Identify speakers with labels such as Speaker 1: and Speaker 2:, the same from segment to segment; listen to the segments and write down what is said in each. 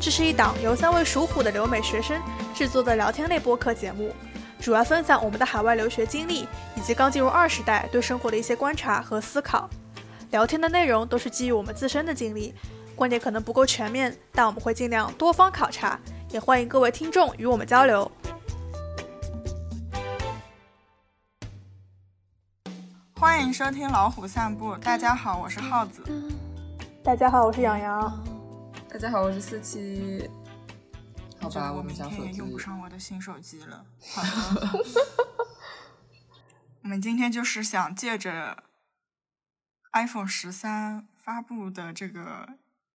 Speaker 1: 这是一档由三位属虎的留美学生制作的聊天类播客节目，主要分享我们的海外留学经历以及刚进入二十代对生活的一些观察和思考。聊天的内容都是基于我们自身的经历，观点可能不够全面，但我们会尽量多方考察，也欢迎各位听众与我们交流。
Speaker 2: 欢迎收听《老虎散步》，大家好，我是耗子。
Speaker 1: 大家好，我是杨洋。
Speaker 3: 大家好，我是四七。好
Speaker 2: 觉得
Speaker 3: 吧，我们
Speaker 2: 明
Speaker 3: 讲手
Speaker 2: 天也
Speaker 3: 机。
Speaker 2: 用不上我的新手机了。 好的，我们今天就是想借着 iPhone 十三发布的这个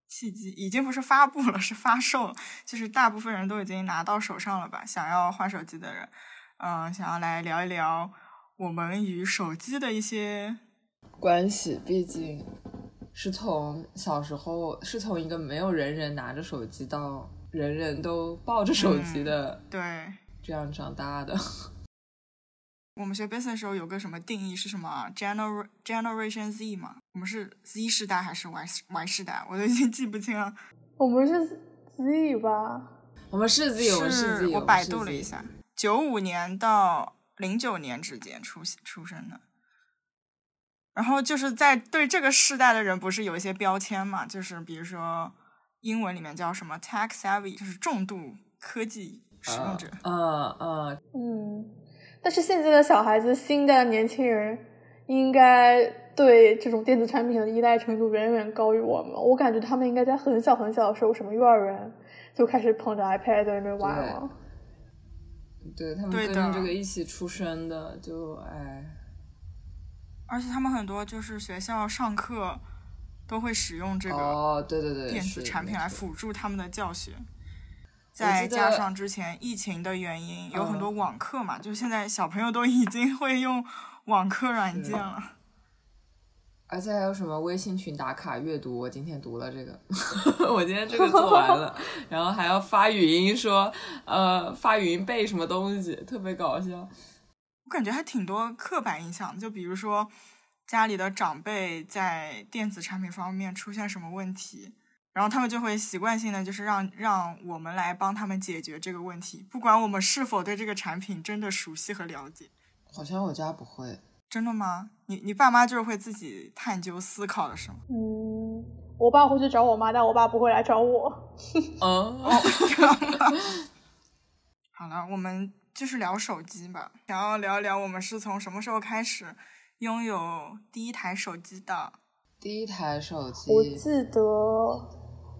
Speaker 2: 契机，已经不是发布了，是发售了，就是大部分人都已经拿到手上了吧？想要换手机的人，嗯、想要来聊一聊我们与手机的一些
Speaker 3: 关系毕竟是从小时候，是从一个没有人人拿着手机到人人都抱着手机
Speaker 2: 嗯
Speaker 3: 的、
Speaker 2: 对。
Speaker 3: 这样长大的。
Speaker 2: 我们学 business 的时候有个什么定义是什么啊 gener generation Z 嘛？我们是 Z 世代还是 Y 世 Y 世代？啊我都已经记不清了。
Speaker 1: 我们是 Z 吧？
Speaker 3: 我们是自己，我们是自己。
Speaker 2: 我
Speaker 3: 们
Speaker 2: 百
Speaker 3: 是
Speaker 2: 度了
Speaker 3: 自己
Speaker 2: 一，下，九五年到零九年之间出出生的。然后就是在对这个世代的人，不是有一些标签嘛？就是比如说英文里面叫什么 tech savvy，就是重度科技使用者。
Speaker 3: 嗯嗯，
Speaker 1: 嗯，但是现在的小孩子，新一代的年轻人，应该对这种电子产品的依赖程度远远高于我们。我感觉他们应该在很小很小的时候，什么幼儿园就开始捧着 iPad 在那边玩了。
Speaker 3: 对他们
Speaker 2: 对
Speaker 3: 跟
Speaker 2: 的
Speaker 3: 着这个一起出生的，就哎，
Speaker 2: 而且他们很多就是学校上课都会使用这个
Speaker 3: 哦，对对对，
Speaker 2: 电
Speaker 3: 是
Speaker 2: 子产品啊
Speaker 3: 没
Speaker 2: 来
Speaker 3: 错
Speaker 2: 辅助他们的教学。
Speaker 3: 我
Speaker 2: 再
Speaker 3: 记得
Speaker 2: 加
Speaker 3: 嗯
Speaker 2: 上之前疫情的原因，有很多网课嘛，就是现在小朋友都已经会用网课软件
Speaker 3: 啊
Speaker 2: 了。
Speaker 3: 而且还有什么微信群打卡阅读，我今天读了这个， 我今天这个做完 了，然后还要发语音说，呃，发语音背什么东西，特别搞笑。
Speaker 2: 我感觉还挺多刻板印象，就比如说家里的长辈在电子产品方面出现什么问题，然后他们就会习惯性的就是让让我们来帮他们解决这个问题，不管我们是否对这个产品真的熟悉和了解。
Speaker 3: 好像我家不会，
Speaker 2: 真的吗？你你爸妈就是会自己探究思考的是吗？
Speaker 1: 嗯，我爸会去找我妈，但我爸不会来找我。
Speaker 3: 嗯，
Speaker 2: 好了，我们就是聊手机吧，想要聊一聊我们是从什么时候开始拥有第一台手机的？
Speaker 3: 第一台手机，
Speaker 1: 我记得，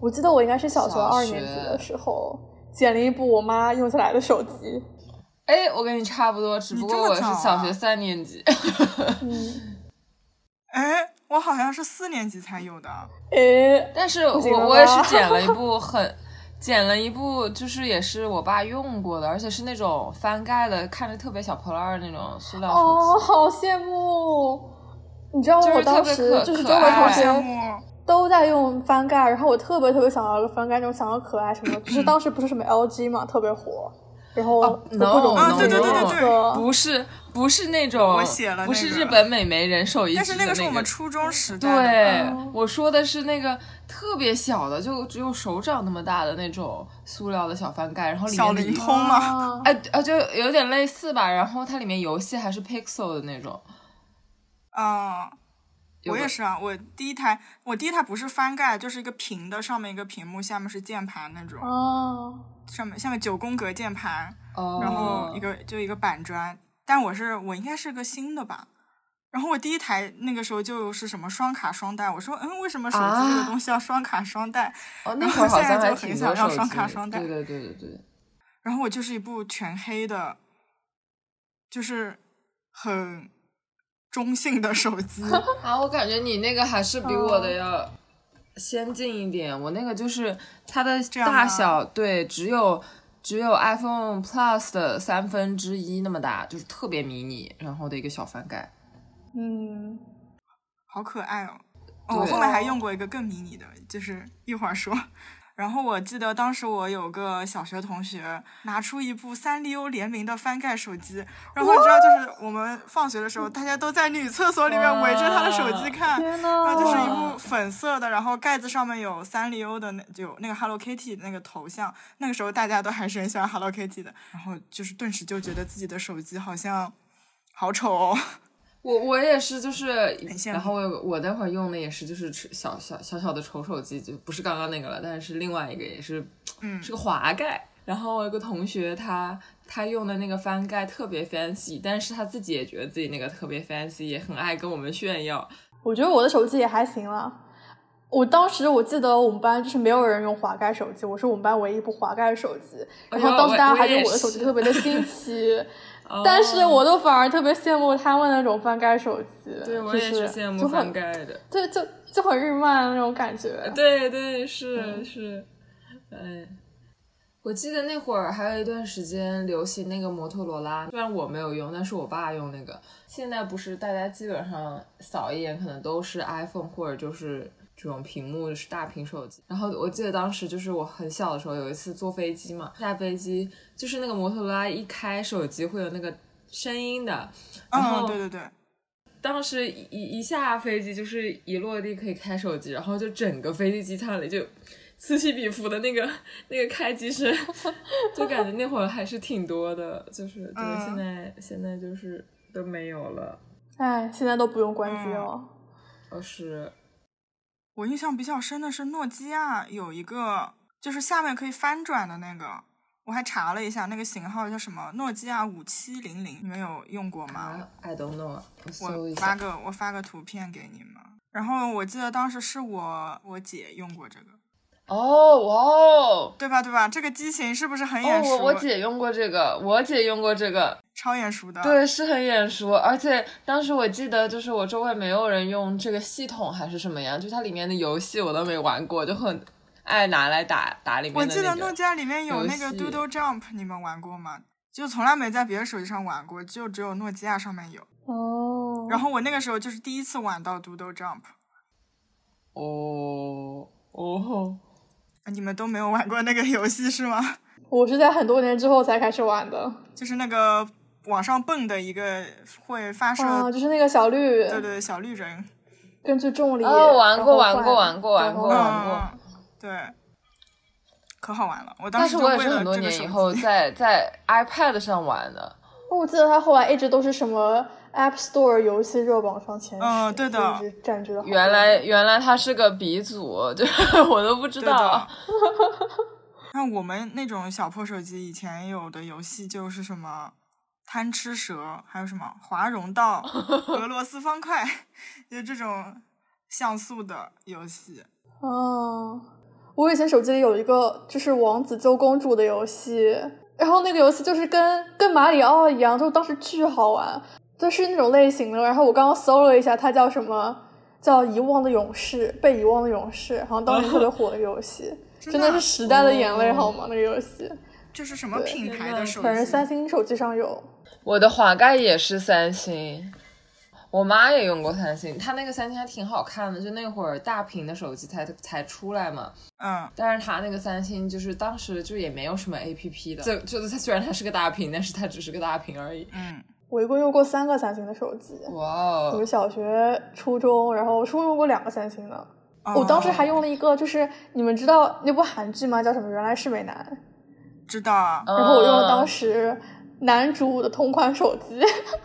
Speaker 1: 我记得我应该是小学
Speaker 3: 小
Speaker 1: 二
Speaker 3: 学
Speaker 1: 年级的时候，捡了一部我妈用下来的手机。
Speaker 3: 哎，我跟你差不多，只不过
Speaker 2: 你这
Speaker 3: 我
Speaker 2: 么
Speaker 3: 是
Speaker 2: 早啊
Speaker 3: 小学三年级，
Speaker 1: 嗯，
Speaker 2: 哎，我好像是四年级才有的。
Speaker 1: 诶，
Speaker 3: 但是
Speaker 1: 不行了吧
Speaker 3: 我我也是捡了一部很。捡了一部，就是也是我爸用过的，而且是那种翻盖的，看着特别小破烂儿的那种塑料手机。
Speaker 1: 哦，好羡慕！哦你知道
Speaker 3: 就是
Speaker 1: 我当
Speaker 3: 特别
Speaker 1: 时
Speaker 3: 可
Speaker 1: 就是周
Speaker 3: 可
Speaker 1: 围
Speaker 3: 爱
Speaker 1: 同
Speaker 2: 好羡
Speaker 1: 学
Speaker 2: 慕，哦
Speaker 1: 都在用翻盖，然后我特别特别想要个翻盖，那种想要可爱什么的。不是当时不是什么 LG 嘛，特别火，然后
Speaker 3: 哦
Speaker 1: 有各种
Speaker 3: ，no，
Speaker 2: 啊对对对
Speaker 1: 颜
Speaker 2: 对对
Speaker 1: 色。
Speaker 3: 不是不是那种，
Speaker 2: 我写了那个
Speaker 3: 不是日本美眉人手一只
Speaker 2: 但
Speaker 3: 的
Speaker 2: 是
Speaker 3: 那
Speaker 2: 那个是我们初中时代的吧。
Speaker 3: 对
Speaker 1: 哦，
Speaker 3: 我说的是那个特别小的，就只有手掌那么大的那种塑料的小翻盖，然后里
Speaker 2: 小
Speaker 3: 面
Speaker 2: 灵
Speaker 3: 里
Speaker 2: 通吗
Speaker 1: 啊
Speaker 3: 哎啊，就有点类似吧。然后它里面游戏还是 Pixel 的那种，
Speaker 2: 嗯，
Speaker 3: 啊有
Speaker 2: 我
Speaker 3: 个
Speaker 2: 也是啊。我第一台，我第一台不是翻盖，就是一个平的，上面一个屏幕，下面是键盘那种，
Speaker 1: 啊！
Speaker 2: 上面下面九宫格键盘。
Speaker 3: 哦，
Speaker 2: 然后一个就一个板砖，但我是我应该是个新的吧。然后我第一台那个时候就是什么双卡双待，我说嗯，为什么手机这个
Speaker 3: 啊
Speaker 2: 东西要双卡双待？
Speaker 3: 哦，那会儿好像还挺
Speaker 2: 然后现在就很想
Speaker 3: 多手
Speaker 2: 要
Speaker 3: 机，
Speaker 2: 双卡双待
Speaker 3: 对对对对对。
Speaker 2: 然后我就是一部全黑的，就是很中性的手机，
Speaker 3: 啊，我感觉你那个还是比我
Speaker 2: 嗯
Speaker 3: 的要先进一点。我那个就是它的
Speaker 2: 样吗
Speaker 3: 大小，对，只有只有 iPhone Plus 的三分之一那么大，就是特别迷你，然后的一个小翻盖。
Speaker 1: 嗯，
Speaker 2: 好可爱哦。哦我
Speaker 3: 对哦
Speaker 2: 后面还用过一个更迷你的，就是一会儿说。 然后我记得当时我有个小学同学拿出一部三丽鸥联名的翻盖手机，然后你知道就是我们放学的时候，大家都在女厕所里面围着他的手机看，
Speaker 1: 天
Speaker 2: 然
Speaker 3: 啊
Speaker 1: 呐，
Speaker 2: 后就是一部粉色的，然后盖子上面有三丽鸥的那有那个 Hello Kitty 的那个头像，那个时候大家都还是很喜欢 Hello Kitty 的，然后就是顿时就觉得自己的手机好像好丑哦，
Speaker 3: 我我也是，就是
Speaker 2: 羡慕
Speaker 3: 然后我有我那会儿用的也是就是小小小小的丑手机，就不是刚刚那个了，但是另外一个也是，
Speaker 2: 嗯
Speaker 3: 是个滑盖。然后我有个同学他。他用的那个翻盖特别 fancy，但是他自己也觉得自己那个特别 fancy，也很爱跟我们炫耀。
Speaker 1: 我觉得我的手机也还行了。我当时我记得我们班就是没有人用滑盖手机，我是我们班唯一不滑盖手机。
Speaker 3: 哎
Speaker 1: 然
Speaker 3: 呦
Speaker 1: 后当时大家
Speaker 3: 我
Speaker 1: 还觉
Speaker 3: 我
Speaker 1: 得
Speaker 3: 也
Speaker 1: 我的手机
Speaker 3: 是
Speaker 1: 特别的新奇，
Speaker 3: 哦
Speaker 1: 但是我都反而特别羡慕他们那种翻盖手机，
Speaker 3: 对我
Speaker 1: 就
Speaker 3: 也是羡慕
Speaker 1: 就很
Speaker 3: 翻盖的。
Speaker 1: 对，就就很日漫那种感觉。
Speaker 3: 对对是、是，哎，嗯我记得那会儿还有一段时间流行那个摩托罗拉，虽然我没有用，但是我爸用那个。现在不是大家基本上扫一眼可能都是 iPhone 或者就是。这种屏幕是大屏手机，然后我记得当时就是我很小的时候，有一次坐飞机嘛，下飞机就是那个摩托罗拉一开手机会有那个声音的，然
Speaker 2: 嗯，
Speaker 3: 后
Speaker 2: 对对对，
Speaker 3: 当时一一一下飞机就是一落地可以开手机，然后就整个飞机机舱里就此起彼伏的那个那个开机声， 就感觉那会儿还是挺多的，就是对，
Speaker 2: 嗯
Speaker 3: 现在现在就是都没有了，
Speaker 1: 哎，现在都不用关
Speaker 3: 嗯
Speaker 1: 机了。
Speaker 3: 呃是
Speaker 2: 我印象比较深的是诺基亚有一个，就是下面可以翻转的那个，我还查了一下，那个型号叫什么？诺基亚五七零零，你们有用过吗？
Speaker 3: 啊，I don't know，我搜
Speaker 2: 我
Speaker 3: 一
Speaker 2: 发
Speaker 3: 下，
Speaker 2: 个我发个图片给你们。然后我记得当时是我我姐用过这个，
Speaker 3: 哦哇哦。
Speaker 2: 对吧对吧？这个机型是不是很
Speaker 3: 哦
Speaker 2: 眼，熟？
Speaker 3: 我我姐用过这个，我姐用过这个，
Speaker 2: 超眼熟的。，
Speaker 3: 对，是很眼熟。而且当时我记得，就是我周围没有人用这个系统还是什么样，就它里面的游戏我都没玩过，就很爱拿来打打里
Speaker 2: 我
Speaker 3: 面的
Speaker 2: 记
Speaker 3: 那
Speaker 2: 得诺
Speaker 3: 个。
Speaker 2: 基亚里面有那个
Speaker 3: 游戏
Speaker 2: Doodle Jump，你们玩过吗？就从来没在别的手机上玩过，就只有诺基亚上面有。
Speaker 1: 哦，
Speaker 2: 然后我那个时候就是第一次玩到 Doodle Jump，
Speaker 3: 哦哦，
Speaker 2: 你们都没有玩过那个游戏是吗？
Speaker 1: 我是在很多年之后才开始玩的。
Speaker 2: 就是那个往上蹦的一个会发射，
Speaker 1: 啊，就是那个小绿，
Speaker 2: 对对，小绿人，
Speaker 1: 根据重力。
Speaker 3: 哦玩过
Speaker 1: 然后
Speaker 3: 玩过
Speaker 1: 换
Speaker 3: 玩过玩过
Speaker 1: 对哦
Speaker 3: 玩
Speaker 1: 然后
Speaker 3: 过
Speaker 2: 嗯，对，可好玩了。我当
Speaker 3: 但
Speaker 2: 时
Speaker 3: 是
Speaker 2: 就
Speaker 3: 我
Speaker 2: 为
Speaker 3: 也是很
Speaker 2: 了
Speaker 3: 多
Speaker 2: 这个
Speaker 3: 年
Speaker 2: 手
Speaker 3: 以后
Speaker 2: 机，
Speaker 3: 在在 iPad 上玩的。
Speaker 1: 我记得它后来一直都是什么 App Store 游戏热榜上前十，
Speaker 2: 嗯对的
Speaker 1: 就一直占据了好多。
Speaker 3: 原来原来它是个鼻祖，就是 我都不知
Speaker 2: 对
Speaker 3: 道
Speaker 2: 的。。那我们那种小破手机以前有的游戏就是什么贪吃蛇，还有什么华容 道、俄罗斯方块，就这种像素的游戏。
Speaker 1: 哦，我以前手机里有一个就是王子救公主的游戏，然后那个游戏就是跟跟马里奥一样，就当时巨好玩，就是那种类型的。然后我刚刚搜了一下，它叫什么？叫遗忘的勇士，被遗忘的勇士，好像当时特别火的一个游戏，真的是时代的眼泪，
Speaker 3: 哦
Speaker 1: 好吗？那个游戏，
Speaker 2: 就是什么品牌的手
Speaker 1: 反正
Speaker 2: 机？
Speaker 1: 三星手机上有。
Speaker 3: 我的滑盖也是三星，我妈也用过三星，她那个三星还挺好看的，就那会儿大屏的手机才才出来嘛。
Speaker 2: 嗯，
Speaker 3: 但是她那个三星就是当时就也没有什么 A P P 的，就就是它虽然它是个大屏，但是它只是个大屏而已。
Speaker 2: 嗯，
Speaker 1: 我一共用过三个三星的手机，
Speaker 3: 哇
Speaker 1: 我
Speaker 3: 哦，
Speaker 1: 是小学、初中，然后初中用过两个三星的。我当时还
Speaker 2: 哦
Speaker 1: 用了一个，就是你们知道那部韩剧吗？叫什么？原来是美男。
Speaker 2: 知道啊，
Speaker 1: 然后我用了当
Speaker 3: 时
Speaker 1: 时男主的同款手机，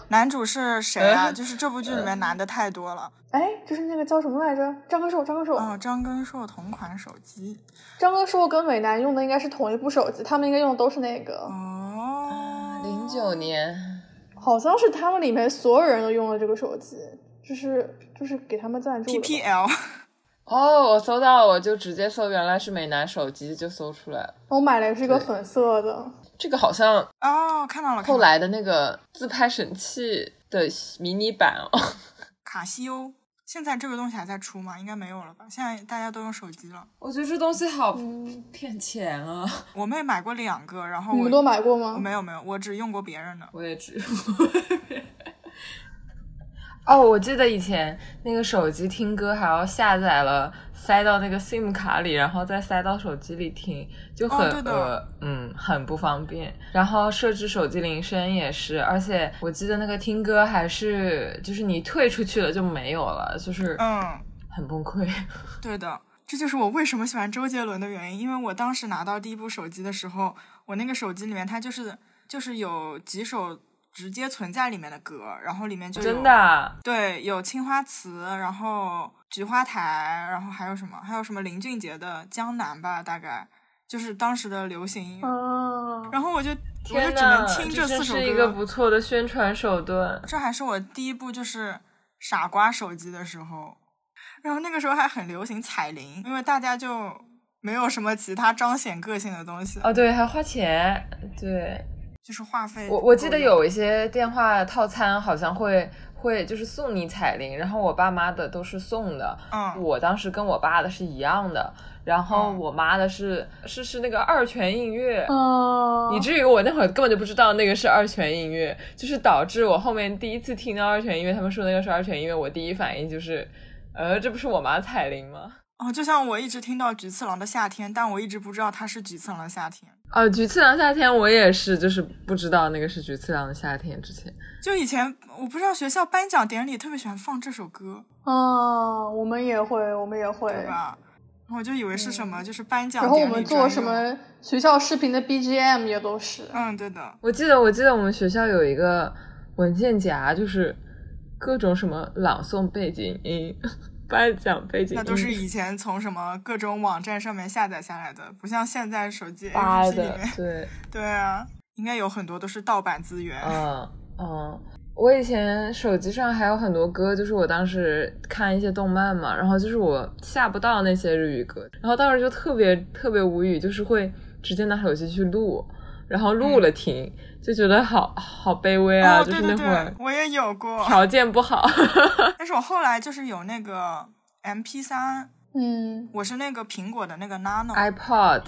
Speaker 2: 男主是谁啊？
Speaker 3: 嗯
Speaker 2: 就是这部剧里面男的太多了。
Speaker 1: 哎，就是那个叫什么来着？张根硕，张根硕，
Speaker 2: 哦，张根硕同款手机。
Speaker 1: 张根硕跟美男用的应该是同一部手机，他们应该用的都是那个，
Speaker 2: 嗯哦，
Speaker 3: 嗯零九年，
Speaker 1: 好像是他们里面所有人都用了这个手机，就是就是给他们赞助的吧。
Speaker 2: PPL
Speaker 3: 哦，我搜到了，我就直接搜原来是美男手机就搜出来了。
Speaker 1: 我买的是一个
Speaker 3: 对
Speaker 1: 粉色的，
Speaker 3: 这个好像
Speaker 2: 哦，看到了。看到
Speaker 3: 后
Speaker 2: 了
Speaker 3: 来的那个自拍神器的迷你版哦，
Speaker 2: 卡西欧，现在这个东西还在出吗？应该没有了吧？现在大家都用手机了。
Speaker 3: 我觉得这东西好
Speaker 1: 嗯，
Speaker 3: 骗钱啊！
Speaker 2: 我妹买过两个，然后
Speaker 1: 你们都
Speaker 2: 我
Speaker 1: 买过
Speaker 2: 我
Speaker 1: 吗？
Speaker 2: 没有没有，我只用过别人的。
Speaker 3: 我也只。 哦，我记得以前那个手机听歌还要下载了塞到那个 SIM 卡里，然后再塞到手机里听，就很、
Speaker 2: 哦对的
Speaker 3: 呃嗯很不方便。然后设置手机铃声也是，而且我记得那个听歌还是就是你退出去了就没有了，就是
Speaker 2: 嗯，
Speaker 3: 很崩溃。
Speaker 2: 对的，这就是我为什么喜欢周杰伦的原因，因为我当时拿到第一部手机的时候，我那个手机里面它就是就是有几首直接存在里面的歌，然后里面就有
Speaker 3: 真的啊
Speaker 2: 对有青花瓷，然后菊花台，然后还有什么还有什么林俊杰的《江南》吧，大概就是当时的流行音乐。
Speaker 1: 哦，
Speaker 2: 然后我就我就
Speaker 3: 天
Speaker 2: 只
Speaker 3: 呐，
Speaker 2: 能听
Speaker 3: 这
Speaker 2: 四
Speaker 3: 真
Speaker 2: 首
Speaker 3: 是
Speaker 2: 歌。
Speaker 3: 一个不错的宣传手段。
Speaker 2: 这还是我第一部就是傻瓜手机的时候，然后那个时候还很流行彩铃，因为大家就没有什么其他彰显个性的东西，
Speaker 3: 哦，对，还花钱，对。
Speaker 2: 就是话费不
Speaker 3: 我
Speaker 2: 够用。
Speaker 3: 我记得有一些电话套餐好像会会就是送你彩铃，然后我爸妈的都是送的，
Speaker 2: 嗯，
Speaker 3: 我当时跟我爸的是一样的，然后
Speaker 2: 嗯
Speaker 3: 我妈的是是是那个二泉映月。
Speaker 1: 哦，
Speaker 3: 以至于我那会儿根本就不知道那个是二泉映月，就是导致我后面第一次听到二泉映月，他们说那个是二泉映月，我第一反应就是，呃，这不是我妈彩铃吗？
Speaker 2: 哦，就像我一直听到菊次郎的夏天，但我一直不知道它是菊次郎的夏天。
Speaker 3: 啊，菊次郎夏天我也是，就是不知道那个是菊次郎的夏天之前，
Speaker 2: 就以前我不知道学校颁奖典礼特别喜欢放这首歌，
Speaker 1: 哦，我们也会，我们也会。
Speaker 2: 对吧？然后我就以为是什么，就是颁奖
Speaker 1: 嗯然
Speaker 2: 典
Speaker 1: 后
Speaker 2: 礼
Speaker 1: 我们做
Speaker 2: 专
Speaker 1: 什
Speaker 2: 用？
Speaker 1: 么学校视频的 BGM 也都是。
Speaker 2: 嗯，对的，
Speaker 3: 我记得，我记得我们学校有一个文件夹，就是各种什么朗诵背景音、 颁奖背景音，
Speaker 2: 那都是以前从什么各种网站上面下载下来的，不像现在手机
Speaker 3: 发
Speaker 2: APP 里
Speaker 3: 的
Speaker 2: 面。，
Speaker 3: 对，
Speaker 2: 对啊，应该有很多都是盗版资源。
Speaker 3: 嗯嗯。我以前手机上还有很多歌，就是我当时看一些动漫嘛，然后就是我下不到那些日语歌，然后当时就特别特别无语，就是会直接拿手机去录，然后录了听，就觉得好好卑微啊，
Speaker 2: 嗯哦，
Speaker 3: 就
Speaker 2: 对
Speaker 3: 是
Speaker 2: 对
Speaker 3: 那会
Speaker 2: 对哦
Speaker 3: 儿，
Speaker 2: 我也有过，
Speaker 3: 条件不好，
Speaker 2: 但是我后来就是有那个 MP 三，
Speaker 1: 嗯，
Speaker 2: 我是那个苹果的那个
Speaker 1: 哎
Speaker 2: Nano，
Speaker 3: iPod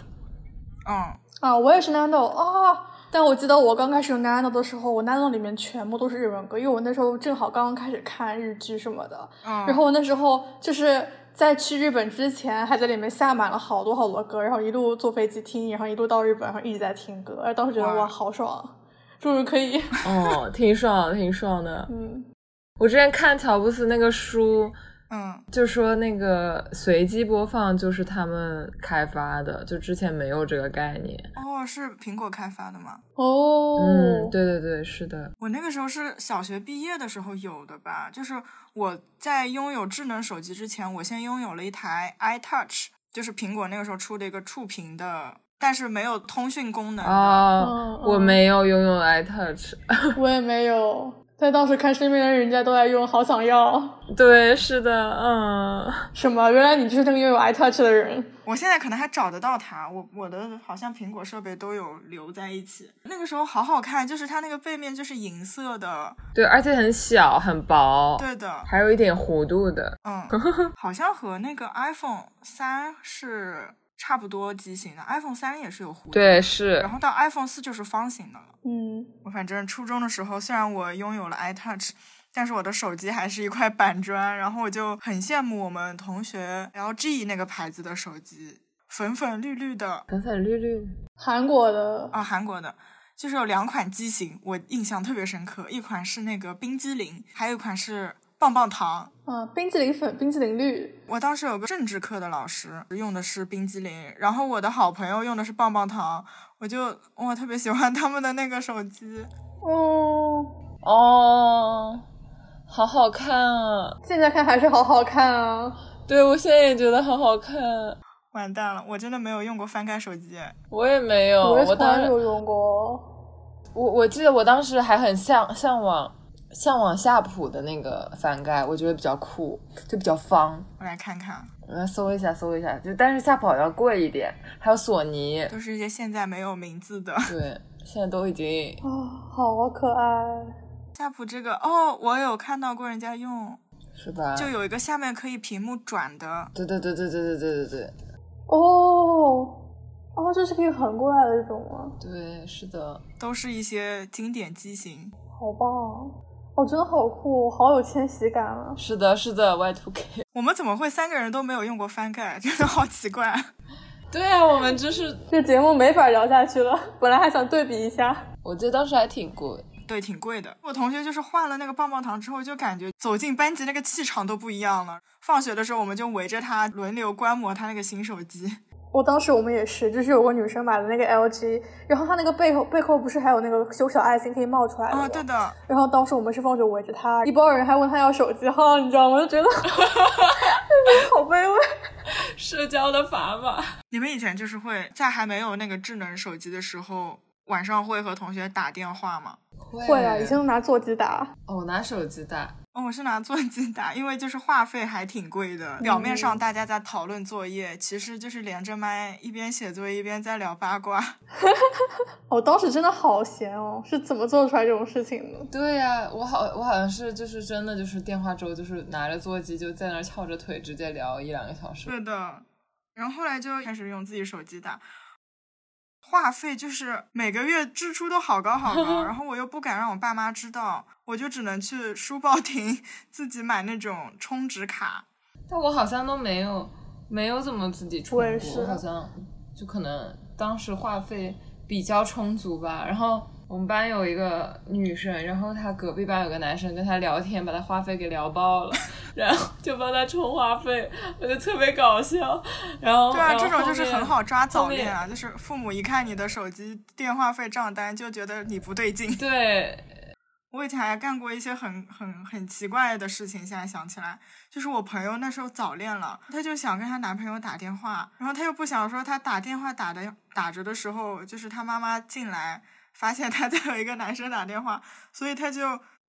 Speaker 2: 嗯，
Speaker 1: 啊，我也是 Nano 啊。但我记得我刚开始用 Nano 的时候，我 Nano 里面全部都是日文歌，因为我那时候正好刚刚开始看日剧什么的。
Speaker 2: 嗯
Speaker 1: 然后我那时候就是在去日本之前，还在里面下满了好多好多歌，然后一路坐飞机听，然后一路到日本，然后一直在听歌，哎然后当时觉得
Speaker 2: 哇
Speaker 1: 哇，好爽，终于可以，
Speaker 3: 哦，挺爽，挺爽的。
Speaker 1: 嗯，
Speaker 3: 我之前看乔布斯那个书，
Speaker 2: 嗯，
Speaker 3: 就说那个随机播放就是他们开发的，就之前没有这个概念。
Speaker 2: 哦，是苹果开发的吗？
Speaker 1: 哦，
Speaker 3: 嗯，，对对对，是的。
Speaker 2: 我那个时候是小学毕业的时候有的吧，就是我在拥有智能手机之前，我先拥有了一台 iTouch，就是苹果那个时候出的一个触屏的，但是没有通讯功能的。
Speaker 3: 哦，
Speaker 1: 嗯
Speaker 3: 我没有拥有 iTouch。
Speaker 1: 我也没有，但当时看身边的人家都在用，好想要。
Speaker 3: 对，是的，嗯，
Speaker 1: 什么？原来你就是那个拥有 iTouch 的人。
Speaker 2: 我现在可能还找得到它，我我的好像苹果设备都有留在一起。那个时候好好看，就是它那个背面就是银色的，
Speaker 3: 对，而且很小，很薄，
Speaker 2: 对的，
Speaker 3: 还有一点弧度的。
Speaker 2: 嗯，好像和那个 iPhone 三是差不多机型的，iPhone 三也是有弧度，，
Speaker 3: 对，是
Speaker 2: 然后到 iPhone 四就是方形的了。
Speaker 1: 嗯，
Speaker 2: 我反正初中的时候，虽然我拥有了 iTouch，但是我的手机还是一块板砖，然后我就很羡慕我们同学 LG 那个牌子的手机，粉粉绿绿的
Speaker 3: 粉粉绿绿。
Speaker 1: 韩国的
Speaker 2: 啊，韩国的。就是有两款机型，我印象特别深刻，一款是那个冰激凌，还有一款是棒棒糖。
Speaker 1: 啊，冰淇淋粉、冰淇淋绿。
Speaker 2: 我当时有个政治课的老师用的是冰激凌，然后我的好朋友用的是棒棒糖，我就我特别喜欢他们的那个手机。
Speaker 1: 哦，
Speaker 3: 哦，好好看啊！
Speaker 1: 现在看还是好好看啊。
Speaker 3: 对我现在也觉得好好看。啊
Speaker 2: 完蛋了，我真的没有用过翻盖手机。
Speaker 3: 我也没有，
Speaker 1: 我也
Speaker 3: 哦我
Speaker 1: 从来
Speaker 3: 当
Speaker 1: 没
Speaker 3: 时
Speaker 1: 有用过。
Speaker 3: 我我记得我当时还很向向往向往夏普的那个翻盖，我觉得比较酷，就比较方。
Speaker 2: 我来看啊看，
Speaker 3: 我来搜一下，搜一下，就但是夏普好像贵一点，还有索尼，
Speaker 2: 都是一些现在没有名字的。
Speaker 3: 对，现在都已经
Speaker 1: 啊、好可爱。
Speaker 2: 夏普这个哦，我有看到过人家用，
Speaker 3: 是吧？
Speaker 2: 就有一个下面可以屏幕转的，
Speaker 3: 对对对对对对对对对
Speaker 1: 哦，哦，这是可以横过来的这种吗？
Speaker 3: 对，是的，
Speaker 2: 都是一些经典机型。
Speaker 1: 好棒、啊。哦，真的好酷，好有千禧感啊！
Speaker 3: 是的，是的，Y two K。
Speaker 2: 我们怎么会三个人都没有用过翻盖？啊 真的好奇怪。
Speaker 3: 对啊，我们就是
Speaker 1: 这节目没法聊下去了， 本来还想对比一下。
Speaker 3: 我记得当时还挺贵。
Speaker 2: 对，挺贵的。我同学就是换了那个棒棒糖之后，就感觉走进班级那个气场都不一样了。放学的时候，我们就围着他轮流观摩他那个新手机。
Speaker 1: 我当时我们也是，就是有个女生买了那个 LG，然后它那个背后背后不是还有那个有小爱心可以冒出来的吗？
Speaker 2: 啊，对的。
Speaker 1: 然后当时我们是放学围着她，一帮人还问她要手机号，你知道吗？就觉得 好卑微。
Speaker 3: 社交的砝码。
Speaker 2: 你们以前就是会在还没有那个智能手机的时候，晚上会和同学打电话吗？
Speaker 1: 会啊，以前都拿座机打。
Speaker 3: 哦，我拿手机打。
Speaker 2: 哦，我是拿座机打，因为就是话费还挺贵的。表面
Speaker 3: 嗯
Speaker 2: 上大家在讨论作业，其实就是连着麦一边写作业一边在聊八卦。
Speaker 1: 我、哦当时真的好闲哦，是怎么做出来这种事情的？
Speaker 3: 对呀、我好，我好像是就是真的就是电话粥，就是拿着座机就在那儿翘着腿直接聊一两个小时。
Speaker 2: 对的，然后后来就开始用自己手机打。话费就是每个月支出都好高好 高，然后我又不敢让我爸妈知道，我就只能去书报亭自己买那种充值卡。
Speaker 3: 但我好像都没有没有怎么自己充
Speaker 1: 我也
Speaker 3: 过，
Speaker 1: 是
Speaker 3: 我好像就可能当时话费比较充足吧。然后我们班有一个女生，然后她隔壁班有个男生跟她聊天，把她话费给聊爆了， 然后就帮她充话费，我就特别搞笑。然后
Speaker 2: 对啊，
Speaker 3: 然哦后
Speaker 2: 这种就是
Speaker 3: 后面
Speaker 2: 很好抓早
Speaker 3: 后面
Speaker 2: 恋啊，就是父母一看你的手机电话费账单就觉得你不对劲。
Speaker 3: 对，
Speaker 2: 我以前还干过一些很很很奇怪的事情，现在想起来，就是我朋友那时候早恋了，她就想跟她男朋友打电话，然后她又不想说她打电话打的打着的时候，就是她妈妈进来发现她在 和一个男生打电话，所以她就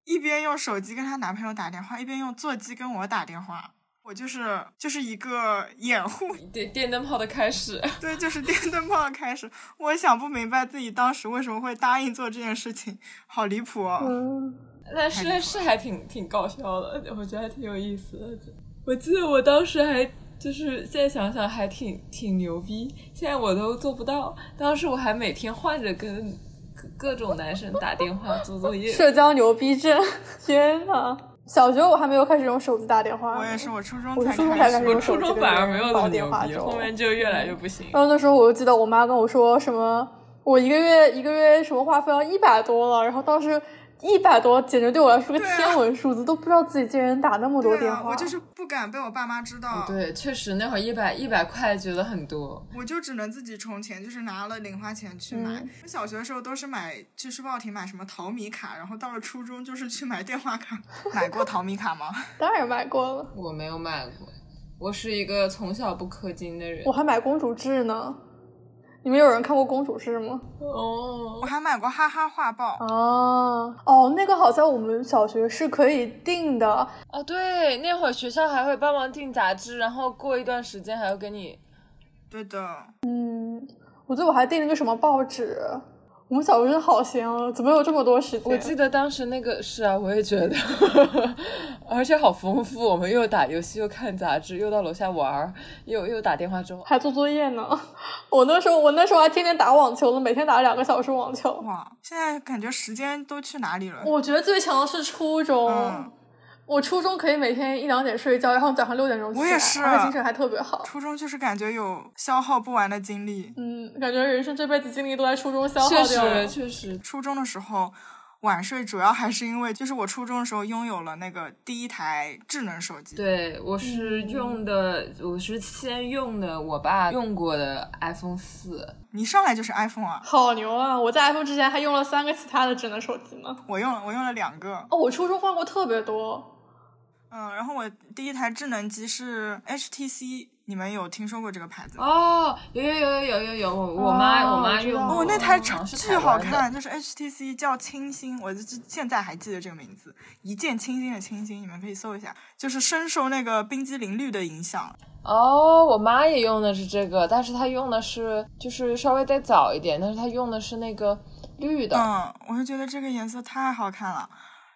Speaker 2: 一边用手机跟她男朋友打电话，一边用座机跟我打电话。我就是就是一个 掩护，
Speaker 3: 电电灯泡的开始。
Speaker 2: 对，就是 电灯泡的开始。我也想不明白自己当时为什么会答应做这件事情，好离谱哦。
Speaker 1: 嗯，
Speaker 3: 但是但是还挺挺搞笑的，我觉得还挺有意思的。我记得我当时还就是现在想想还挺挺牛逼，现在我都做不到。当时我还每天换着跟各各种男生打电话做作 业。
Speaker 1: 社交牛逼症，天呐！小学我还没有开始用手机打电话呢，
Speaker 2: 我也是，我初中
Speaker 1: 嗯我是
Speaker 2: 才
Speaker 1: 初中
Speaker 2: 开始
Speaker 1: 才开始
Speaker 3: 我
Speaker 1: 用手
Speaker 3: 初
Speaker 1: 机
Speaker 3: 中
Speaker 1: 跟
Speaker 3: 反而
Speaker 1: 别
Speaker 3: 没
Speaker 1: 人
Speaker 3: 有那
Speaker 1: 煲
Speaker 3: 么
Speaker 1: 电
Speaker 3: 牛
Speaker 1: 话嗯
Speaker 3: 逼，
Speaker 1: 粥
Speaker 3: 后面就越来越不行。
Speaker 1: 然后那时候我就记得我妈跟我说什么，我一个月一个月什么话费要一百多了，然后当时一百多简直对我来说个
Speaker 2: 对啊
Speaker 1: 天文数字，都不知道自己竟然打那么多
Speaker 2: 对
Speaker 1: 电
Speaker 2: 啊，
Speaker 1: 话。
Speaker 2: 我就是不敢被我爸妈知道，
Speaker 3: 哦对，确实那会儿一百一百块觉得很多，
Speaker 2: 我就只能自己充钱，就是拿了零花钱去买。
Speaker 1: 嗯
Speaker 2: 我小学的时候都是买去书报亭买什么淘米卡，然后到了初中就是去买电话卡。 买过淘米卡吗？
Speaker 1: 当然买过了，
Speaker 3: 我没有买过。我是一个从小不氪金的人
Speaker 1: 我。还买公主制呢。你们有人看过公主制吗？
Speaker 3: 哦
Speaker 2: 我，还买过哈哈画报，
Speaker 1: 啊，哦，那个好像我们小学是可以订的，
Speaker 3: 啊，对，那会儿学校还会帮忙订杂志，然后过一段时间还要给你。
Speaker 2: 对的，
Speaker 1: 嗯，我记得我还订了个什么报纸。我们小时候真的好闲哦，怎么有这么多时间？
Speaker 3: 我记得当时那个是啊，我也觉得， 而且好丰富。我们又打游戏，又看杂志，又到楼下玩儿，又又打电话粥。
Speaker 1: 还做作业呢。我那时候，我那时候还天天打网球呢，每天打两个小时网球。
Speaker 2: 哇，现在感觉时间都去哪里了？
Speaker 1: 我觉得最强的是初中，
Speaker 2: 嗯
Speaker 1: 我初中可以每天一两点睡觉，然后早上六点钟起来，
Speaker 2: 我也是
Speaker 1: 而且精神还特别好。
Speaker 2: 初中就是感觉有消耗不完的精力。
Speaker 1: 嗯，感觉人生这辈子精力都在初中消耗
Speaker 3: 确
Speaker 1: 掉
Speaker 3: 实，。
Speaker 1: 了
Speaker 3: 确实，
Speaker 2: 初中的时候晚睡，主要还是因为就是我初中的时候拥有了那个第一台智能手机。
Speaker 3: 对我是
Speaker 1: 嗯
Speaker 3: 用的，我是先用的我爸用过的 iPhone 四。
Speaker 2: 你上来就是 iPhone 啊，
Speaker 1: 好牛啊！我在 iPhone 之前还用了三个其他的智能手机呢。
Speaker 2: 我用了我用了两个。
Speaker 1: 哦，我初中换过特别多，
Speaker 2: 嗯，然后我第一台智能机是 HTC，你们有听说过这个牌子吗？
Speaker 3: 哦，有有有有有有，我我妈、
Speaker 1: 哦
Speaker 3: 我妈
Speaker 1: 我知道
Speaker 3: 用过。嗯
Speaker 1: 哦
Speaker 2: 哦，那台
Speaker 3: 好像是
Speaker 2: 巨
Speaker 3: 台
Speaker 2: 好
Speaker 3: 湾的
Speaker 2: 看，就是 HTC 叫清新，我就现在还记得这个名字，一键清新的清新，你们可以搜一下，就是深受那个冰激凌绿的影响。
Speaker 3: 哦，我妈也用的是这个，但是她用的是就是稍微再早一点，但是她用的是那个绿的。
Speaker 2: 嗯，我就觉得这个颜色太好看了，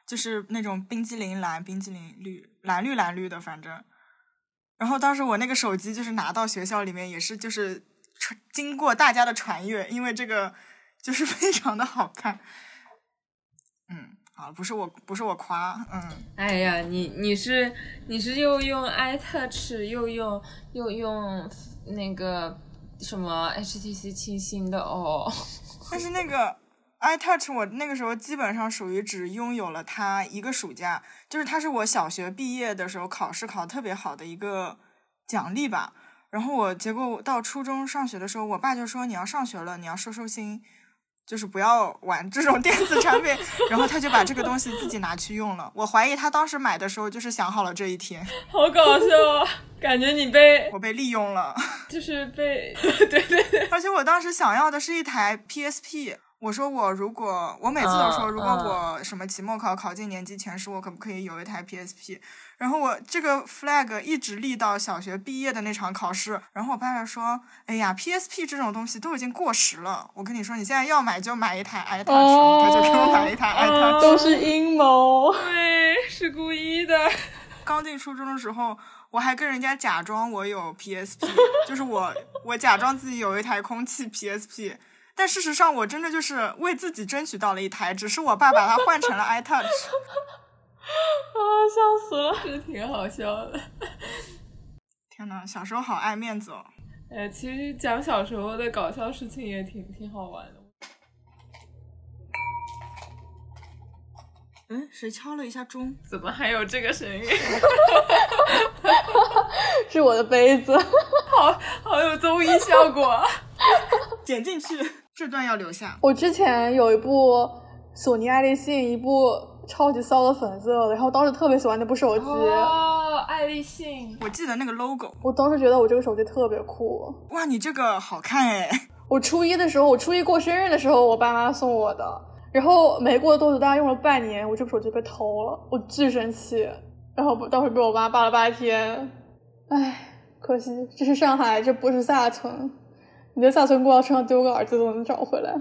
Speaker 2: 就是那种冰激凌蓝、冰激凌绿、蓝绿蓝绿的，反正。然后当时我那个手机就是拿到学校里面，也是就是传经过大 家的传阅，因为这个就是非常的好看。嗯，啊，不是我，不是我夸，嗯，
Speaker 3: 哎呀，你你是你是又用 iTouch 又用又用那个什么 HTC 清新的哦，
Speaker 2: 但是那个 iTouch 我那个时候基本上属于只拥有了它一个暑假，就是它是我小学毕业的时候考试考得特别好的一个奖励吧。然后我结果到初中上学的时候，我爸就说你要上学了，你要收收心，就是不要玩这种电子产品。然后他就把这个东西自己拿去用了。我怀疑他当时买的时候就是想好了这一天，
Speaker 3: 好搞笑啊！感觉你被
Speaker 2: 我被利用了。
Speaker 3: 就是被对对对，
Speaker 2: 而且我当时想要的是一台 PSP。我说我如果我每次都说
Speaker 3: 嗯
Speaker 2: 如果我什么期末考考进年级前十，我可不可以有一台 PSP？然后我这个 flag 一直立到小学毕业的那场考试。然后我爸爸说：“哎呀，PSP 这种东西都已经过时了。我跟你说，你现在要买就买一台 iTouch。”
Speaker 1: 哦
Speaker 2: 他就给我买一台 iTouch。
Speaker 1: 都是阴谋。啊
Speaker 3: 对，是故意的。
Speaker 2: 刚进初中的时候，我还跟人家假装我有 PSP，就是 我我假装自己有一台空气 PSP，但事实上我真的就是为自己争取到了一台，只是我爸把它换成了 iTouch。
Speaker 1: 啊，笑死了！
Speaker 3: 是挺好笑的。
Speaker 2: 天呐，小时候好爱面子哦！
Speaker 3: 呃，其实讲小时候的搞笑事情也挺挺好玩的。
Speaker 2: 嗯，谁敲了一下钟？
Speaker 3: 怎么还有这个声音？
Speaker 1: 是我的杯子，
Speaker 3: 好有综艺效果啊！
Speaker 2: 剪进去，这段要留下。
Speaker 1: 我之前有一部索尼爱立信，一部超级骚的粉色的，然后当时特别喜欢那部手机，
Speaker 3: 哦，爱立信，
Speaker 2: 我记得那个 logo，
Speaker 1: 我当时觉得我这个手机特别酷。
Speaker 2: 哇，你这个好看哎！
Speaker 1: 我初一的时候，我初一过生日的时候，我爸妈送我的，然后没过多久，大概用了半年，我这部手机被偷了，我巨生气，然后当时被我妈扒了扒天，唉，可惜这是上海，这不是萨村，你在萨村过道车上丢个耳机总能找回来。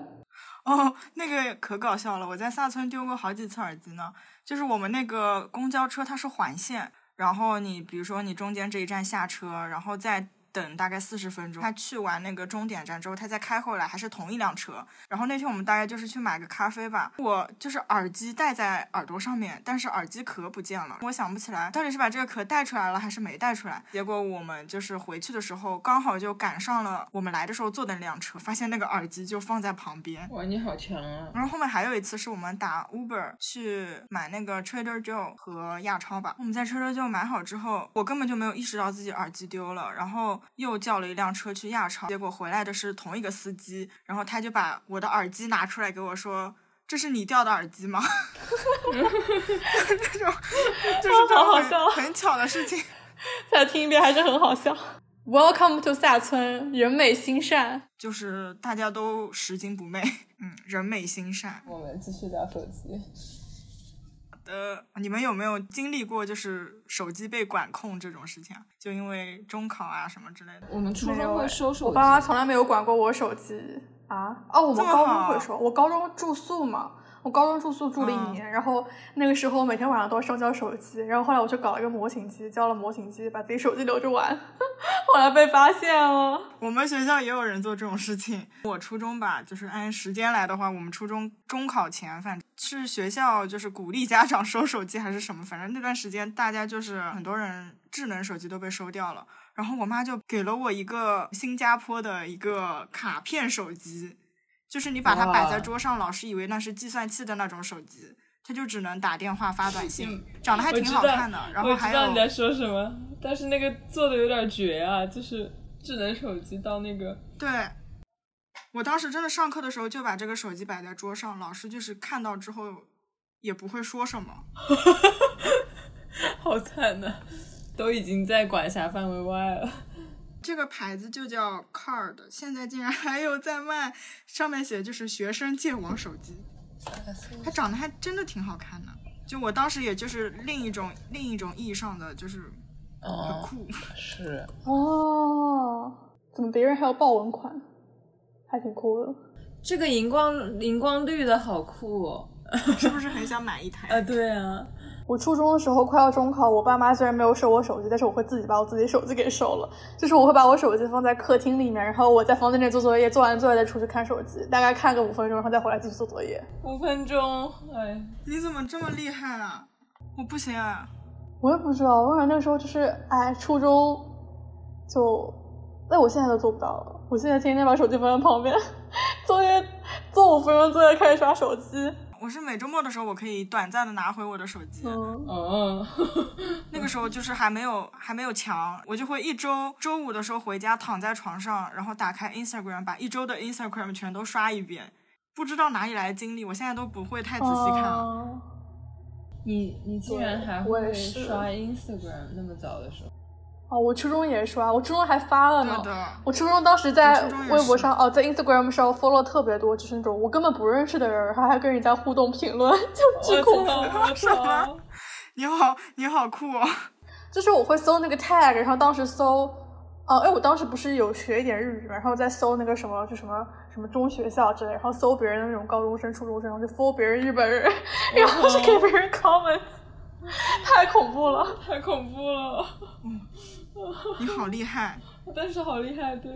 Speaker 2: 哦，那个可搞笑了，我在萨村丢过好几次耳机呢。就是我们那个公交车它是环线，然后你比如说你中间这一站下车，然后再等大概四十分钟，他去完那个终点站之后，他再开回来还是同一辆车。然后那天我们大概就是去买个咖啡吧，我就是耳机戴在耳朵上面，但是耳机壳不见了，我想不起来到底是把这个壳带出来了还是没带出来。结果我们就是回去的时候，刚好就赶上了我们来的时候坐的那辆车，发现那个耳机就放在旁边。
Speaker 3: 哇，你好强啊！
Speaker 2: 然后后面还有一次是我们打 Uber 去买那个 Trader Joe 和亚超吧。我们在 Trader Joe 买好之后，我根本就没有意识到自己耳机丢了，然后又叫了一辆车去亚超，结果回来的是同一个司机，然后他就把我的耳机拿出来给我说。这是你掉的耳机吗？ 这种就是这
Speaker 1: 好
Speaker 2: 种
Speaker 1: 好
Speaker 2: 很
Speaker 1: 笑
Speaker 2: 很巧的事情。
Speaker 1: 再听一遍还是很好笑。Welcome to 萨村，人美心善。
Speaker 2: 就是大家都拾金不昧，嗯，人美心善。
Speaker 3: 我们继续聊手机。
Speaker 2: 呃，你们有没有经历过就是手机被管控这种事情啊？就因为中考啊什么之类的。
Speaker 3: 我们初
Speaker 1: 没有
Speaker 3: 中会
Speaker 1: 哎
Speaker 3: 收手
Speaker 1: 我
Speaker 3: 机，
Speaker 1: 爸妈从来没有管过我手机啊。哦，我
Speaker 2: 这
Speaker 1: 们
Speaker 2: 么
Speaker 1: 高中
Speaker 2: 好
Speaker 1: 会说，我高中住宿嘛，我高中住宿住了
Speaker 2: 嗯
Speaker 1: 一年，然后那个时候每天晚上都要上交手机，然后后来我就搞了一个模型机，交了模型机，把自己手机留着玩， 后来被发现了。
Speaker 2: 我们学校也有人做这种事情。我初中吧，就是按时间来的话，我们初中中考前，反正是学校就是鼓励家长收手机还是什么，反正那段时间大家就是很多人智能手机都被收掉了。然后我妈就给了我一个新加坡的一个卡片手机，就是你把它摆在
Speaker 3: 哇
Speaker 2: 桌上，老师以为那是计算器的那种手机，它就只能打电话发短信
Speaker 3: 嗯，
Speaker 2: 长得还
Speaker 3: 我
Speaker 2: 挺
Speaker 3: 知
Speaker 2: 好
Speaker 3: 道
Speaker 2: 看的。然后
Speaker 3: 我
Speaker 2: 还
Speaker 3: 知
Speaker 2: 有
Speaker 3: 道你在说什么，但是那个做的有点绝啊，就是智能手机到那个
Speaker 2: 对，我当时真的上课的时候就把这个手机摆在桌上，老师就是看到之后也不会说什么。
Speaker 3: 好惨呐、 都已经在管辖范围外了。
Speaker 2: 这个牌子就叫 Card，现在竟然还有在卖，上面写就是学生戒网手机，它长得还真的挺好看的。就我当时也就是另一种另一种意义上的就是很
Speaker 3: 哦，
Speaker 2: 酷，
Speaker 3: 是。
Speaker 1: 哦，怎么别人还有豹纹款，还挺酷的。
Speaker 3: 这个荧光荧光绿的好酷哦！
Speaker 2: 是不是很想买一台？
Speaker 3: 呃啊，对啊，
Speaker 1: 我初中的时候快要中考，我爸妈虽然没有收我手机，但是我会自己把我自己手机给收了。就是我会把我手机放在客厅里面，然后我在房间里做作业，做完作业再出去看手机，大概看个五分钟，然后再回来继续做作业。
Speaker 3: 五分钟，哎，
Speaker 2: 你怎么这么厉害啊？我不行啊！
Speaker 1: 我也不知道，我感觉那时候就是，哎，初中就，但我现在都做不到了。我现在天天把手机放在旁边，作业做五分钟作业开始刷手机。
Speaker 2: 我是每周末的时候，我可以短暂的拿回我的手机。
Speaker 1: 嗯，
Speaker 3: 嗯，
Speaker 2: 那个时候就是还没有还没有墙，我就会一周周五的时候回家躺在床上，然后打开 Instagram，把一周的 Instagram 全都刷一遍。不知道哪里来的精力，我现在都不会太仔细看啊了。
Speaker 1: 哦
Speaker 3: 你你竟然还
Speaker 1: 对我也
Speaker 3: 会
Speaker 1: 是
Speaker 3: 刷 Instagram 那么早的时候，
Speaker 1: 哦，我初中也刷，我初中还发了呢。
Speaker 2: 对的，
Speaker 1: 我初中当时在
Speaker 2: 我初中也是
Speaker 1: 微博上哦，在 Instagram 上 follow 特别多，就是那种我根本不认识的人，然后还跟人家互动评论， 就巨恐怖。
Speaker 3: 我操！
Speaker 2: 你好，你好酷哦！
Speaker 1: 就是我会搜那个 tag，然后当时搜，哦、哎，我当时不是有学一点日语嘛，然后再搜那个什么，就什么什么中学校之类，然后搜别人的那种高中生、初中生，然后就 follow 别人日本人， 然后去给别人 comment，太恐怖了。
Speaker 3: 太恐怖了，
Speaker 2: 你好厉害。
Speaker 3: 但是好厉害，对。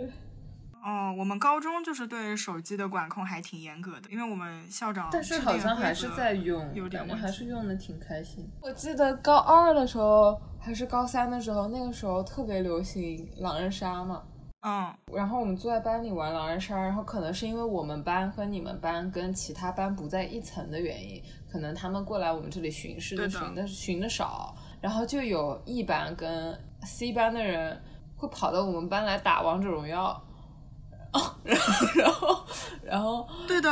Speaker 2: 哦，我们高中就是对手机的管控还挺严格的，因为我们校长
Speaker 3: 但是
Speaker 2: 制定
Speaker 3: 好像
Speaker 2: 规
Speaker 3: 还是
Speaker 2: 则
Speaker 3: 在用，
Speaker 2: 有点
Speaker 3: 感觉
Speaker 2: 问题
Speaker 3: 还是用的挺开心。我记得高二的时候还是高三的时候，那个时候特别流行狼人杀嘛。
Speaker 2: 嗯，
Speaker 3: 然后我们坐在班里玩狼人杀，然后可能是因为我们班和你们班跟其他班不在一层的原因，可能他们过来我们这里巡视
Speaker 2: 对
Speaker 3: 就
Speaker 2: 的
Speaker 3: 巡的巡的少，然后就有 E 班跟 C 班的人会跑到我们班来打王者荣耀， 然后然后然后
Speaker 2: 对的，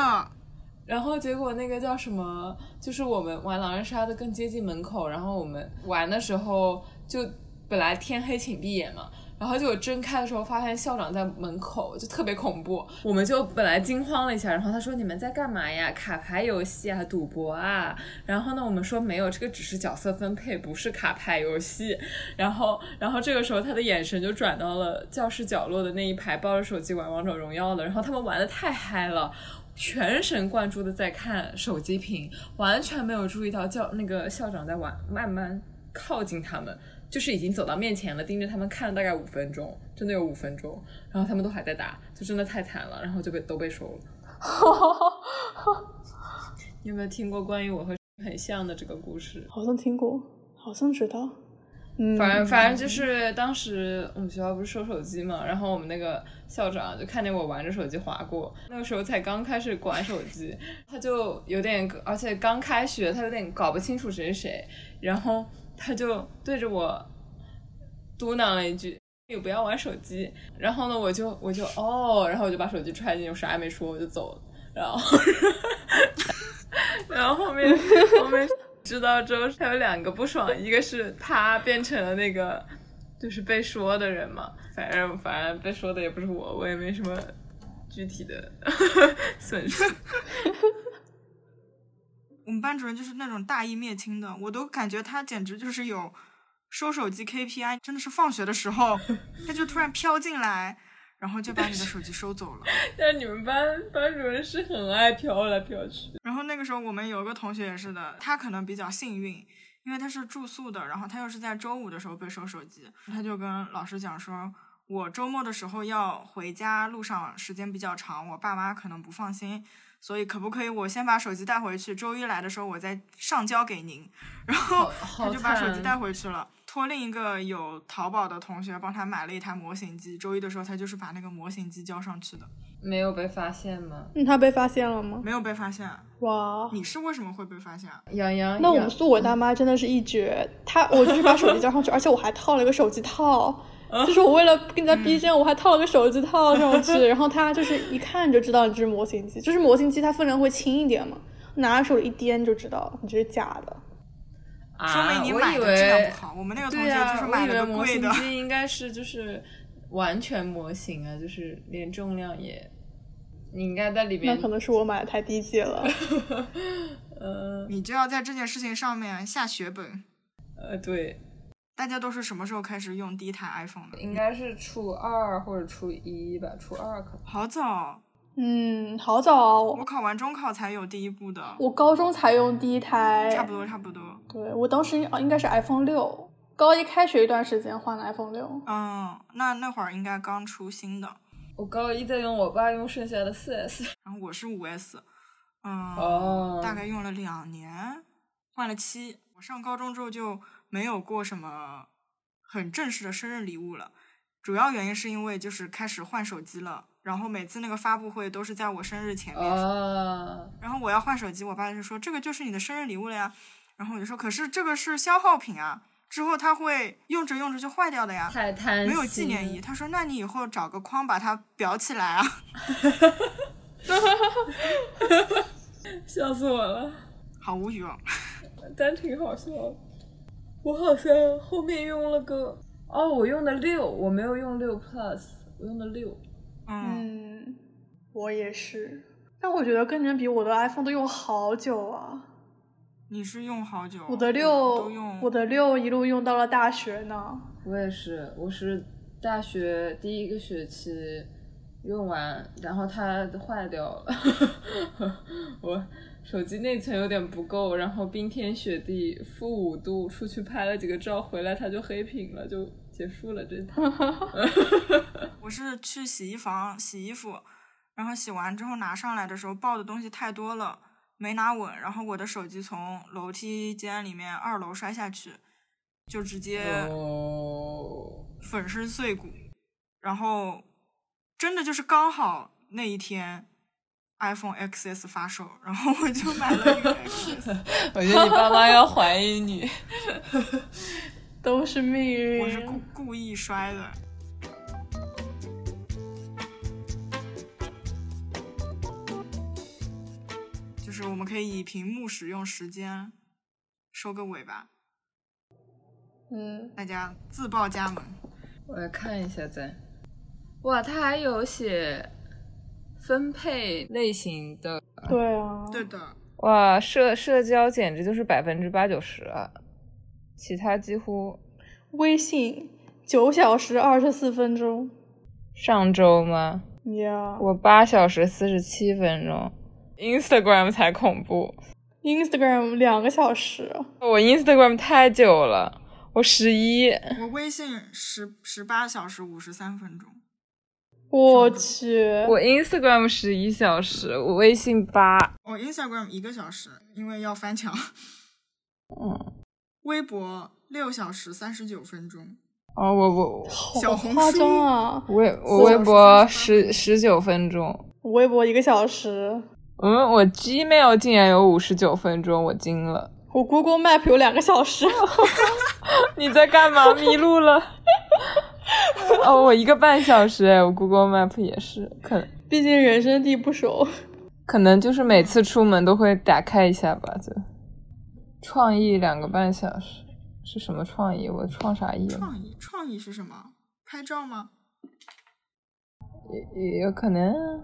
Speaker 3: 然后结果那个叫什么，就是我们玩狼人杀的更接近门口，然后我们玩的时候就本来天黑请闭眼嘛。然后结果睁开的时候，发现校长在门口，就特别恐怖。我们就本来惊慌了一下，然后他说：“你们在干嘛呀？卡牌游戏啊，赌博啊？”然后呢，我们说没有，这个只是角色分配，不是卡牌游戏。然后，然后这个时候他的眼神就转到了教室角落的那一排抱着手机玩王者荣耀的，然后他们玩的太嗨了。全神贯注的在看手机屏，完全没有注意到教那个校长在玩，慢慢靠近他们，就是已经走到面前了，盯着他们看了大概五分钟，真的有五分钟，然后他们都还在打，就真的太惨了，然后就被都被收了。你有没有听过关于我和 很像的这个故事？
Speaker 1: 好像听过，好像知道。嗯，
Speaker 3: 反正反正就是当时我们学校不是收手机嘛，然后我们那个校长就看见我玩着手机划过，那个时候才刚开始管手机，他就有点，而且刚开学，他有点搞不清楚谁是谁，然后他就对着我嘟囔了一句。你不要玩手机，然后呢，我就我就哦，然后我就把手机揣进去，我啥也没说，我就走了。然后， 然后后面后面知道之后，他有两个不爽，一个是他变成了那个就是被说的人嘛，反正反正被说的也不是我，我也没什么具体的 损失。
Speaker 2: 我们班主任就是那种大义灭亲的，我都感觉他简直就是有收手机 KPI，真的是放学的时候他就突然飘进来，然后就把你的手机收走了。
Speaker 3: 但是你们班班主任是很爱飘来飘去，
Speaker 2: 然后那个时候我们有个同学也是的，他可能比较幸运，因为他是住宿的，然后他又是在周五的时候被收手机，他就跟老师讲说，我周末的时候要回家，路上时间比较长，我爸妈可能不放心。所以可不可以我先把手机带回去，周一来的时候我再上交给您。然
Speaker 1: 哦
Speaker 2: 后
Speaker 3: 好
Speaker 2: 他就把手机带回去了，托另一个有淘宝的同学帮他买了一台模型机。周一的时候他就是把那个模型机交上去的，
Speaker 3: 没有被发现吗？
Speaker 1: 嗯，他被发现了吗？
Speaker 2: 没有被发现。
Speaker 1: 哇，
Speaker 2: 你是为什么会被发现啊？
Speaker 3: 杨洋，
Speaker 1: 那我
Speaker 3: 杨
Speaker 1: 们宿管大妈真的是一绝，她 我就是把手机交上去，而且我还套了一个手机套，
Speaker 2: 嗯
Speaker 1: 就是我为了跟人家逼真，我还套了个手机套上 去，然后她就是一看就知道你这是模型机，就是模型机它分量会轻一点嘛，拿手里一掂就知道你这是假的。
Speaker 3: 啊，
Speaker 2: 说明你
Speaker 3: 我
Speaker 2: 买
Speaker 3: 以
Speaker 2: 的质量
Speaker 3: 为
Speaker 2: 不好。我们那个同学
Speaker 3: 对呀、
Speaker 2: 就是
Speaker 3: 我
Speaker 2: 买
Speaker 3: 以为
Speaker 2: 了个
Speaker 3: 模
Speaker 2: 贵
Speaker 3: 型
Speaker 2: 的，
Speaker 3: 机应该是就是完全模型啊，就是连重量也，你应该在里
Speaker 1: 那
Speaker 3: 面
Speaker 1: 可能是我买的哎太低级了，
Speaker 2: 你就要在这件事情上面下血本。
Speaker 3: 呃，对，
Speaker 2: 大家都是什么时候开始用第一台 iPhone 的？
Speaker 3: 应该是初二或者初一吧，初二可能。
Speaker 2: 好早，
Speaker 1: 嗯，好早啊！
Speaker 2: 我
Speaker 1: 我
Speaker 2: 考完中考才有第一部的，
Speaker 1: 我高中才用第一台，
Speaker 2: 差不多差不多。
Speaker 1: 对我当时啊应该是 iPhone 六，高一开学一段时间换了 iPhone 六。
Speaker 2: 嗯，那那会儿应该刚出新的，
Speaker 3: 我高一在用我爸用剩下的四 S，
Speaker 2: 然后我是五 S，嗯，
Speaker 3: 哦
Speaker 2: 大概用了两年，换了七。我上高中之后就没有过什么很正式的生日礼物了，主要原因是因为就是开始换手机了，然后每次那个发布会都是在我生日前面，
Speaker 1: 哦
Speaker 3: 啊，
Speaker 2: 然后我要换手机，我爸就说这个就是你的生日礼物了呀，然后我就说可是这个是消耗品啊，之后它会用着用着就坏掉的呀，
Speaker 3: 太贪心，
Speaker 2: 没有纪念意义。他说：“那你以后找个框把它裱起来啊。
Speaker 3: 笑死我了。”
Speaker 2: 好无语哦。
Speaker 3: 但挺好笑的。我好像后面用了个哦，我用的六，我没有用六 Plus，我用的六。
Speaker 2: 嗯，
Speaker 1: 嗯，我也是，但我觉得跟你们比，我的 iPhone 都用好久啊。
Speaker 2: 你是用好久？
Speaker 1: 我的六
Speaker 2: 都用，，
Speaker 1: 我的六一路用到了大学呢。
Speaker 3: 我也是，我是大学第一个学期用完，然后它坏掉了， 我手机内存有点不够，然后冰天雪地负五度，出去拍了几个照，回来它就黑屏了，就结束了这台。
Speaker 2: 我是去洗衣房洗衣服，然后洗完之后拿上来的时候抱的东西太多了，没拿稳，然后我的手机从楼梯间里面二楼摔下去，就直接
Speaker 3: 哦，
Speaker 2: 粉身碎骨。然后真的就是刚好那一天。iPhone XS 发售，然后我就买了一个 XS。
Speaker 3: 我觉得你爸妈要怀疑你。
Speaker 1: 都是命运。
Speaker 2: 我是故故意摔的。就是我们可以以屏幕使用时间收个尾吧，
Speaker 1: 嗯，
Speaker 2: 大家自报家门。
Speaker 3: 我来看一下再。哇，它还有写分配类型的。
Speaker 2: 嗯
Speaker 1: 对啊，
Speaker 2: 对的，
Speaker 3: 哇，社社交简直就是百分之八九十啊，其他几乎
Speaker 1: 微信九小时二十四分钟
Speaker 3: 上周吗？
Speaker 1: ，Yeah。
Speaker 3: 我八小时四十七分钟，Instagram 才恐怖，
Speaker 1: Instagram 两个小时，
Speaker 3: 我 Instagram 太久了，我十一，
Speaker 2: 我微信十十八小时五十三分钟，
Speaker 1: 我去，
Speaker 3: 我 Instagram 十一小时，我微信八，
Speaker 2: 我哦 Instagram 一个小时，因为要翻 墙。哦
Speaker 3: 嗯，
Speaker 2: 微博六小时三十九分钟，
Speaker 3: 哦，我我
Speaker 2: 小
Speaker 1: 好
Speaker 2: 红
Speaker 1: 夸
Speaker 2: 书
Speaker 1: 张啊！
Speaker 3: 我微我微博十十九分钟。
Speaker 1: 我微博一个小时，
Speaker 3: 嗯，我 Gmail 竟然有五十九分钟，我惊了。
Speaker 1: 我 Google Map 有两个小时，
Speaker 3: 你在干 嘛？迷路了？哦，我一个半小时哎，我 Google Map 也是，可
Speaker 1: 毕竟人生地不熟。
Speaker 3: 可能就是每次出门都会打开一下吧，就创意两个半小时是什么创意？我创啥意了？
Speaker 2: 创意创意是什么？拍照吗？
Speaker 3: 也也有可能啊，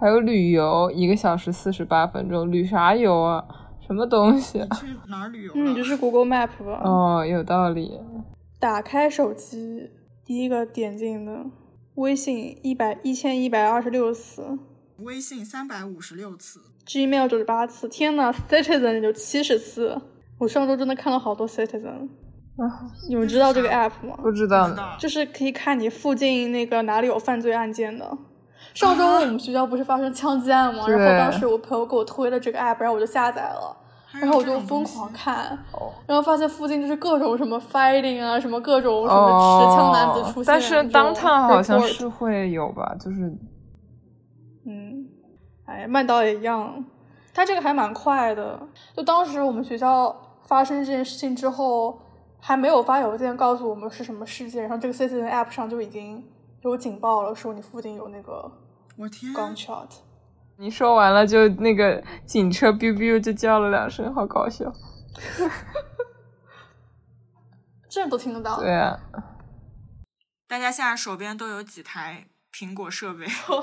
Speaker 3: 还有旅游一个小时四十八分钟，旅啥游啊？什么东西、啊
Speaker 2: 你？去哪儿旅游
Speaker 1: 嗯，
Speaker 2: 了
Speaker 1: 就是 Google Map 吧。
Speaker 3: 哦，有道理。
Speaker 1: 打开手机，第一个点进的微信一百一千一百二十六次
Speaker 2: 微信三百五十六次。
Speaker 1: ，Gmail 九十八次，天呐 c i t i z e n 有七十次。我上周真的看了好多 Citizen，
Speaker 3: 啊，
Speaker 1: 你们知道这个 app 吗？
Speaker 3: 不知道
Speaker 2: 知
Speaker 3: 呢。
Speaker 2: 道
Speaker 1: 嗯就是可以看你附近那个哪里有犯罪案件的。上周我们学校不是发生枪击案吗？
Speaker 3: 啊对
Speaker 1: 然后当时我朋友给我推了这个 app，然后我就下载了，
Speaker 2: 还有
Speaker 1: 然后我
Speaker 2: 这
Speaker 1: 就
Speaker 2: 种
Speaker 1: 疯
Speaker 2: 东西
Speaker 1: 狂。看
Speaker 3: 哦，
Speaker 1: 然后发现附近就是各种什么 fighting 啊，什么各种什么持枪男子出现。
Speaker 3: 哦但是当趟好像
Speaker 1: report
Speaker 3: 是会有吧，就是
Speaker 1: 嗯，哎，曼岛也一样，他这个还蛮快的。就当时我们学校发生这件事情之后，还没有发邮件告诉我们是什么事件，然后这个 Citizen App 上就已经有警报了，说你附近有那个
Speaker 2: 我天，啊
Speaker 1: gunshot。
Speaker 3: 你说完了就那个警车 biu biu 就叫了两声，好搞笑。
Speaker 1: 这都听得到，
Speaker 3: 对啊，
Speaker 2: 大家现在手边都有几台苹果设备？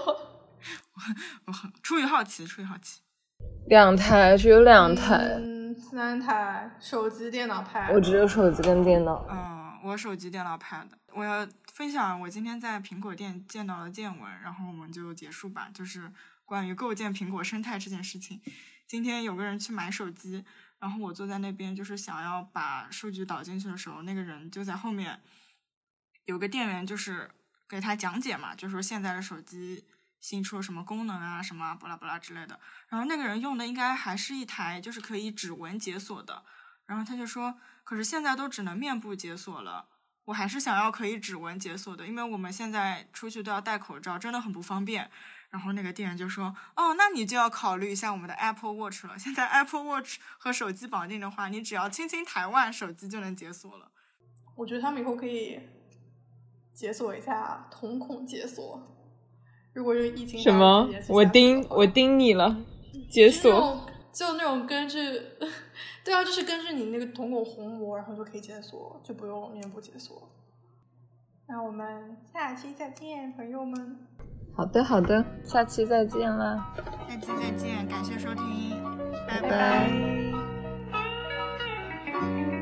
Speaker 2: 我很出于好奇，出于好奇。
Speaker 3: 两台只有两，
Speaker 1: 嗯，三台手机、电脑拍，
Speaker 3: 有手机跟电脑。
Speaker 2: 嗯，我手机、电脑、Pad。我要分享我今天在苹果店见到的见闻，然后我们就结束吧。就是关于构建苹果生态这件事情。今天有个人去买手机，然后我坐在那边，就是想要把数据导进去的时候，那个人就在后面有个店员，就是给他讲解嘛，就说现在的手机新出了什么功能啊，什么啊，巴拉巴拉之类的。然后那个人用的应该还是一台就是可以指纹解锁的，然后他就说，可是现在都只能面部解锁了。我还是想要可以指纹解锁的，因为我们现在出去都要戴口罩，真的很不方便。然后那个店员就说：“哦，那你就要考虑一下我们的 Apple Watch 了。现在 Apple Watch 和手机绑定的话，你只要轻轻抬腕，手机就能解锁了。
Speaker 1: 我觉得他们以后可以解锁一下瞳孔解锁。如果是疫情
Speaker 3: 什么？我盯我盯你了，解锁。
Speaker 1: 就那种根据， 对啊，就是根据你那个瞳孔虹膜，然后就可以解锁，就不用面部解锁。那我们下期再见，朋友们。
Speaker 3: 好的，好的，下期再见啦，
Speaker 2: 下期再见，感谢收听，
Speaker 3: 拜
Speaker 2: 拜
Speaker 3: 拜